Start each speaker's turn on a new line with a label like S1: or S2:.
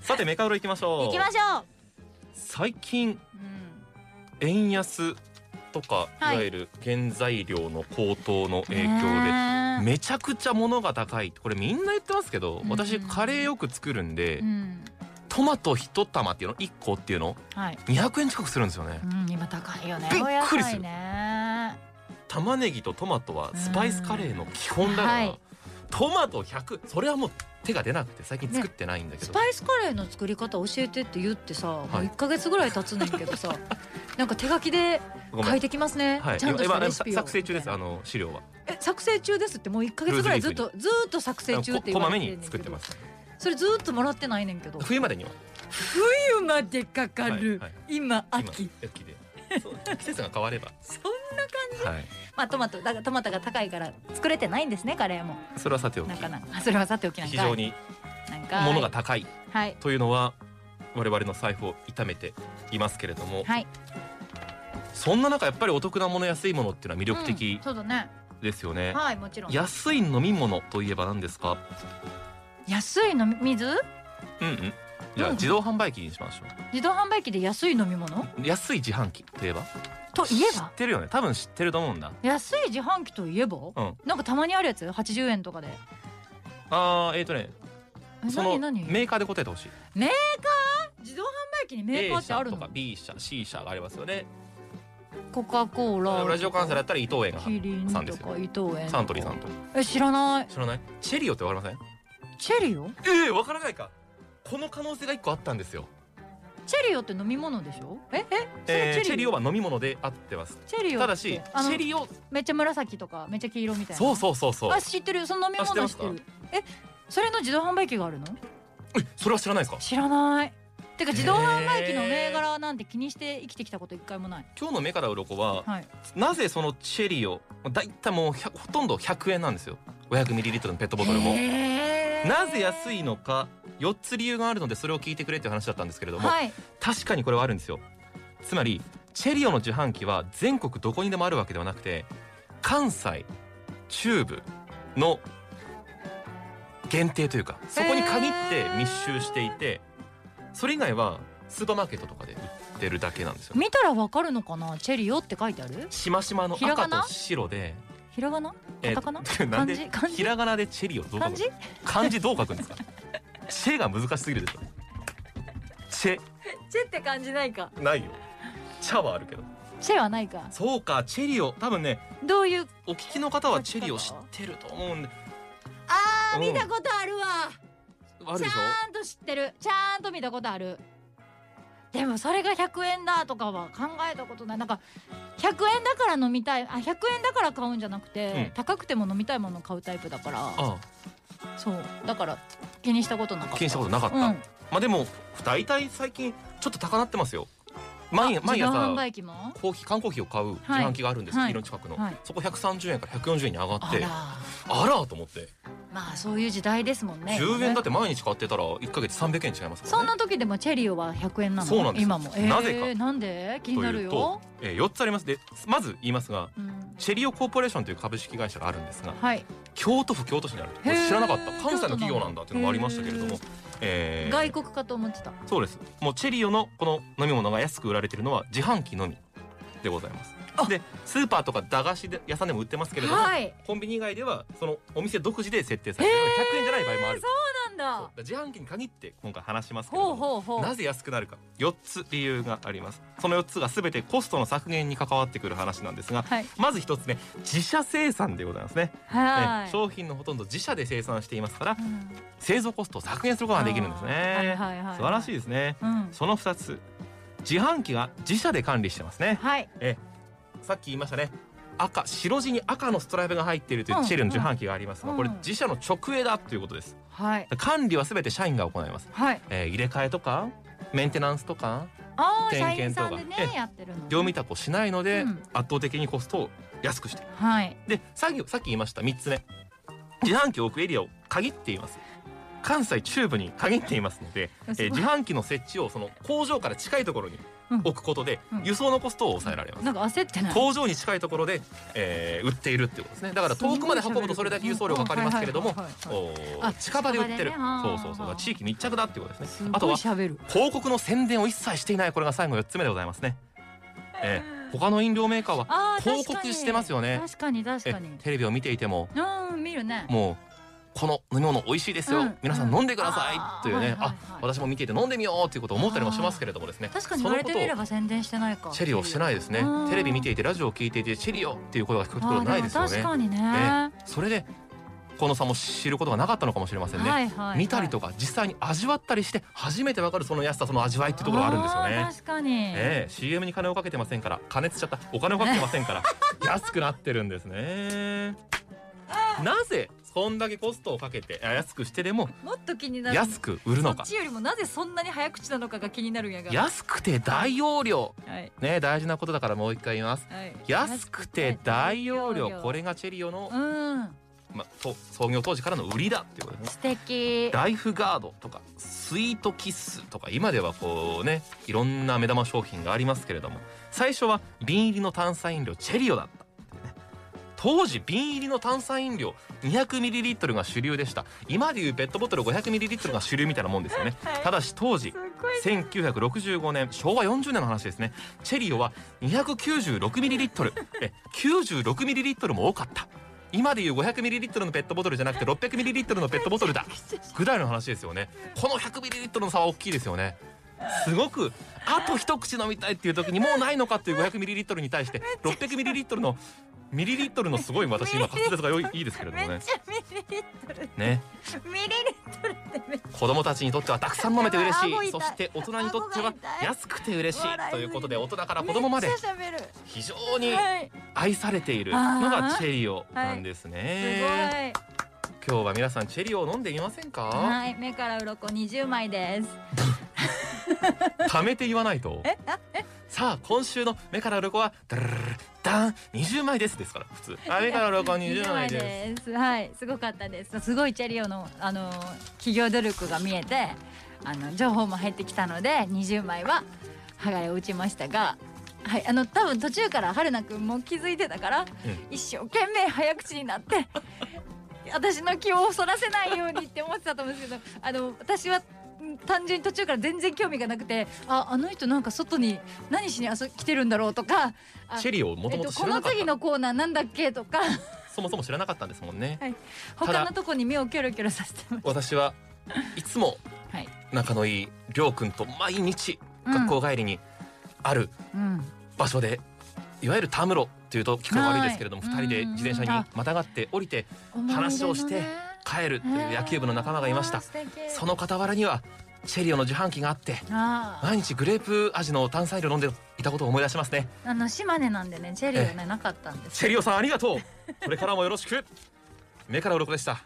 S1: さてメカウロ行きましょう
S2: 行きましょう。
S1: 最近
S2: うん
S1: 円安とか、
S2: はい
S1: い、わゆる原材料の高騰の影響で
S2: ね
S1: めちゃくちゃ物が高いこれみんな言ってますけど、
S2: うん
S1: 私カレーよく作るんで、
S2: えうん
S1: トマト一玉っていうの1個っていうの
S2: はい。
S1: 200円近くするんですよね、
S2: うん今高いよね。
S1: びっくりする
S2: お野菜ね。
S1: 玉ねぎとトマトはスパイスカレーの基本だから、
S2: はい
S1: トマト100それはもう手が出なくて最近作ってないんだけ
S2: ス
S1: ど、
S2: パイスカレーの作り方教えてって言ってさ、もう一ヶ月ぐらい経つねんけど さ、なんか手書きで
S1: ご
S2: 書
S1: め
S2: い
S1: ん
S2: てきますね。
S1: はい
S2: ちゃんとした
S1: 今
S2: レ
S1: 今
S2: シピを
S1: 作成中ですあ
S2: み
S1: の資料は
S2: たいなえ作成中ですってもう一ヶ月ぐらいずっとずーっと作成中っ
S1: こ
S2: て
S1: こ
S2: 言わ
S1: ま
S2: れ
S1: め
S2: て
S1: に
S2: んねんけど
S1: 作ってます
S2: それずーっともらってないねんけど
S1: 冬までには
S2: 冬までかかる、
S1: はいは
S2: 今
S1: 今
S2: 秋
S1: 秋でそう季節が変われば
S2: そんな
S1: はい
S2: まあトマトだからトマトが高いから作れてないんですねカレーも
S1: それはさておき
S2: なかなかそれはさておきなんか
S1: 非常に
S2: なんか
S1: 物が高い
S2: はい
S1: というのは我々の財布を痛めていますけれども、
S2: はい
S1: そんな中やっぱりお得なもの安いものっていうのは魅力
S2: う
S1: 的
S2: んそうだね
S1: ですよね、
S2: はいもちろん
S1: 安い飲み物といえば何ですか
S2: 安い飲み水
S1: うんうんじゃあ
S2: うん
S1: 自動販売機にしましょ
S2: 自動販売機で安い飲み物
S1: う安い自販機といえば
S2: といえ
S1: 知っ
S2: ば
S1: てるよね多分知ってると思うんだ
S2: 安い自販機といえば、
S1: うん
S2: なんかたまにあるやつ80円とかで
S1: あーえっ、ー、とね
S2: え
S1: その
S2: 何何
S1: メーカーで答えてほしい
S2: 自動販売機にメーカーってあ
S1: A 社
S2: る
S1: と
S2: の
S1: か B 社 C 社がありますよね
S2: コカ・コーラ
S1: ラジオ関西だったら伊藤園
S2: キリン
S1: がさんで
S2: と
S1: すよ
S2: か伊藤園
S1: サントリーさんと
S2: え知らない
S1: 知らないチェリオってわかりません
S2: チェリオ
S1: ええわからないかこの可能性が一個あったんですよ
S2: チェリオって飲み物でしょええそれ
S1: えーチェリオ
S2: は
S1: は飲み物で合ってます
S2: チェリオ
S1: ただしチ
S2: あの
S1: ェリオ
S2: めっちゃ紫とかめっちゃ黄色みたいな
S1: そうそうそうそう
S2: あ知ってるその飲み
S1: あ知って
S2: 物
S1: ま
S2: 知
S1: す
S2: って
S1: か
S2: るえそれの自動販売機があるの
S1: えそれは知らないですか
S2: 知らないてか自動販売機の銘柄なんて気にして生きてきたこと一回もない
S1: 今日の目から鱗は
S2: はい
S1: なぜそのチェリオだいたいもう100ほとんど100円なんですよ 500ml のペットボトルも
S2: へー
S1: なぜ安いのか4つ理由があるのでそれを聞いてくれっていう話だったんですけれども、
S2: はい
S1: 確かにこれはあるんですよつまりチェリオの自販機は全国どこにでもあるわけではなくて関西中部の限定というかそこに限って密集していてそれ以外はスーパーマーケットとかで売ってるだけなんですよね
S2: 見たらわかるのかなチェリオって書いてある
S1: しましまの
S2: ひらが
S1: 赤
S2: な
S1: と白で
S2: ひらがなカ
S1: え
S2: タカナ
S1: ー なんで
S2: 漢字漢字
S1: ひらがなでチェリオどう書く
S2: 漢
S1: の
S2: 字
S1: 漢字どう書くんです かチェが難しすぎるでしょチェ
S2: チェって感じないか
S1: ないよチャはあるけど
S2: チェはないか
S1: そうかチェリオ多分ね
S2: どういう
S1: お聞きの方はチェリを知ってると思うんで
S2: あー
S1: うん
S2: 見たことあるわ
S1: ある
S2: ち
S1: でしょ
S2: ゃんと知ってるちゃんと見たことあるでもそれが100円だとかは考えたことないなんか100円だから飲みたいあ100円だから買うんじゃなくて、
S1: うん
S2: 高くても飲みたいものを買うタイプだから
S1: あ
S2: そうだから気にしたことなかっ
S1: あ
S2: た
S1: 気にしたことなかった、
S2: うん
S1: まあでも大体最近ちょっと高なってますよ毎
S2: 自
S1: 毎
S2: 動
S1: 朝
S2: 販売機も
S1: コーヒー缶コーヒーを買う自販機があるんです、
S2: はい
S1: 家の近くの、
S2: はい
S1: そこ130円から140円に上がっ
S2: あ
S1: て
S2: ら
S1: あらと思って
S2: まあそういう時代ですもんね
S1: 10円だってて毎日買ってたら1か月300円違いますか
S2: そ
S1: ら
S2: ん
S1: ね
S2: な時でもチェリオは100円なの
S1: そうなんですよ
S2: 今も、えー
S1: なぜか
S2: なんで気になる
S1: という
S2: よ
S1: と、えー、4つありますでまず言いますが
S2: うん、
S1: チェリオコーポレーションという株式会社があるんですが
S2: はい
S1: 京都府京都市にあるこれ知らなかった関西の企業なんだっていうのもありましたけれども、えー
S2: 外国かと思ってた
S1: そうですもうチェリオのこの飲み物が安く売られてるのは自販機のみでございます
S2: あ
S1: でスーパーとか駄菓子屋さんでも売ってますけれども、
S2: はい
S1: コンビニ以外ではそのお店独自で設定されてるので100円じゃない場合もある、
S2: なんだ
S1: そう自販機に限って今回話しますけれ
S2: ほう
S1: ども
S2: ほうほう
S1: なぜ安くなるか4つ理由がありますその4つが全てコストの削減に関わってくる話なんですが
S2: はい
S1: まず1つ目自社生産でございますね、
S2: は
S1: え
S2: い、
S1: 商品のほとんど自社で生産していますから
S2: うん
S1: 製造コストを削減することができるんですね
S2: はいはいはいはい
S1: 素晴らしいですね
S2: うん
S1: その2つ自販機が自社で管理してますね
S2: はい
S1: さっき言いましたね赤白地に赤のストライプが入っているとい
S2: うん
S1: うチェルの自販機がありますが、
S2: うん
S1: これ自社の直営だということです
S2: はい
S1: 管理は全て社員が行います、
S2: はい
S1: えー入れ替えとかメンテナンスとか
S2: ああ
S1: 点
S2: 社
S1: 検
S2: 員さんで
S1: と
S2: ね
S1: か
S2: やってるのね
S1: 業務委託をしないので、
S2: うん
S1: 圧倒的にコストを安くしている
S2: はい
S1: でさっきさっき言いました3つ目自販機を置くエリアを限っています関西中部に限っていますので、え
S2: す
S1: ー
S2: ごい
S1: 自販機の設置をその工場から近いところに
S2: うん
S1: 置くことで
S2: うん
S1: 輸送のコストを抑えられます。
S2: なんか焦ってない
S1: 工場に近いところで、えー売っているっていうことですね。だから遠くまで運ぶとそれだけ輸送量かかりますけれども
S2: うん、はいはいはいはい
S1: おー
S2: あ
S1: 近場で売って
S2: 近場で
S1: る
S2: ね。あー
S1: そうそうそう。だから地域密着だっていうことです
S2: す
S1: ね。あと
S2: ごい
S1: は
S2: 喋る
S1: 広告の宣伝を一切していないこれが最後4つ目でございますね。えー他の飲料メーカーは
S2: あー
S1: 広
S2: 確か
S1: 告
S2: に
S1: してますよね。
S2: 確かに確かに
S1: えテレビを見ていても
S2: うん見るね
S1: もうこの飲み物美味しいですよ、
S2: うん
S1: 皆さん飲んでくだ
S2: あ
S1: さ
S2: ー
S1: いというね、
S2: はいはいはい
S1: あ私も見ていて飲んでみようということを思ったりもしますけれどもですね
S2: 確かに言われてみれば宣伝してないか
S1: チェリーをしてないですね
S2: うん
S1: テレビ見ていてラジオを聞いていてチェリーをっていう声が聞くこと
S2: あ
S1: が
S2: ー
S1: ないですよ
S2: 確
S1: ね
S2: かにね
S1: えそれでこの差も知ることがなかったのかもしれませんね、
S2: はいはいはい
S1: 見たりとか実際に味わったりして初めてわかるその安さその味わいっていうところがあるんですよ
S2: あ
S1: ね
S2: ー確かに、
S1: ええ CM に金をかけてませんから加熱しちゃったお金をかけてません から安くなってるんですねなぜそんだけコストをかけてあ安くしてでも
S2: もっと気になる
S1: 安く売る
S2: そ
S1: の
S2: っ
S1: か
S2: ちよりもなぜそんなに早口なのかが気になるんやが
S1: 安くて大容量
S2: はい
S1: ね大事なことだからもう一回言います
S2: はい
S1: 安くて大容量こ
S2: れ
S1: れがチェリオの、
S2: うん
S1: ま、と創業当時からの売りだっていうことですね
S2: 素敵
S1: ライフガードとかスイートキッスとか今ではこうねいろんな目玉商品がありますけれども最初は瓶入りの炭酸飲料チェリオだったっていうね当時瓶入りの炭酸飲料 200ml が主流でした今でいうペットボトル 500ml が主流みたいなもんですよね
S2: はい
S1: ただし当時
S2: すごい
S1: 1965年昭和40年の話ですねチェリオは 296ml え 96ml も多かった今でいう 500ml のペットボトルじゃなくて 600ml のペットボトルだぐらいの話ですよねこの 100ml の差は大きいですよねすごくあと一口飲みたいっていう時にもうないのかっていう 500ml に対して 600ml のミリリットルのすごい私今滑舌が良いいいですけれど
S2: め
S1: も
S2: っ
S1: ね
S2: ちゃミリリットル
S1: ね
S2: ミリリットルってめっち
S1: 子供たちにとってはたくさん飲めて嬉し
S2: うわ顎痛
S1: い
S2: い
S1: そして大人にとっては
S2: 顎が痛い
S1: 安くて嬉しいということで大人から
S2: ゃ
S1: 子供まで
S2: めっちゃ喋る
S1: 非常に
S2: はい
S1: 愛されているのがチェリオなんですね
S2: す
S1: 今日は皆さんチェリオを飲んでみません
S2: ごい
S1: か
S2: はい目から鱗20枚です
S1: ためて言わないと
S2: えあえ
S1: さあ今週の目から鱗はダルルルルダン20枚ですですから普通あ目から鱗20枚です
S2: す。はい、すごかったです。すごいチェリオのあの企業努力が見えて、あの情報も入ってきたので20枚は剥がれを打ちましたが。はい、あの多分途中から春菜くんも気づいてたから、
S1: う
S2: 一生懸命早口になって私の気をそらせないようにって思ってたと思うんですけどあの私はうん単純に途中から全然興味がなくてああの人なんか外に何しに遊び来てるんだろうとかあ
S1: チェリオをもと
S2: えっ
S1: も
S2: と、
S1: と知
S2: こ
S1: ら
S2: の
S1: なかっ
S2: 次
S1: た
S2: のコーナーなんだっけとか
S1: そもそも知らなかったんですもんねただ
S2: 他のとこに目をキョロキョロさせてます。
S1: 私はいつも
S2: はい、
S1: 仲のいいりょうくんと毎日学校帰りにある
S2: うん、
S1: 場所でいわゆるたむろというと聞こえ悪いですけれども
S2: は
S1: 二
S2: い
S1: 人で自転車
S2: うんうんうん
S1: にまたがって降りて
S2: うん
S1: 話をして帰るという野球部の仲間がいましたその傍らにはチェリオの自販機があって
S2: あー
S1: 毎日グレープ味の炭酸飲料飲んでいたことを思い出しますね
S2: あの島根なんでねチェリーはねなかったんです
S1: チェリオさんありがとうこれからもよろしく目から鱗でした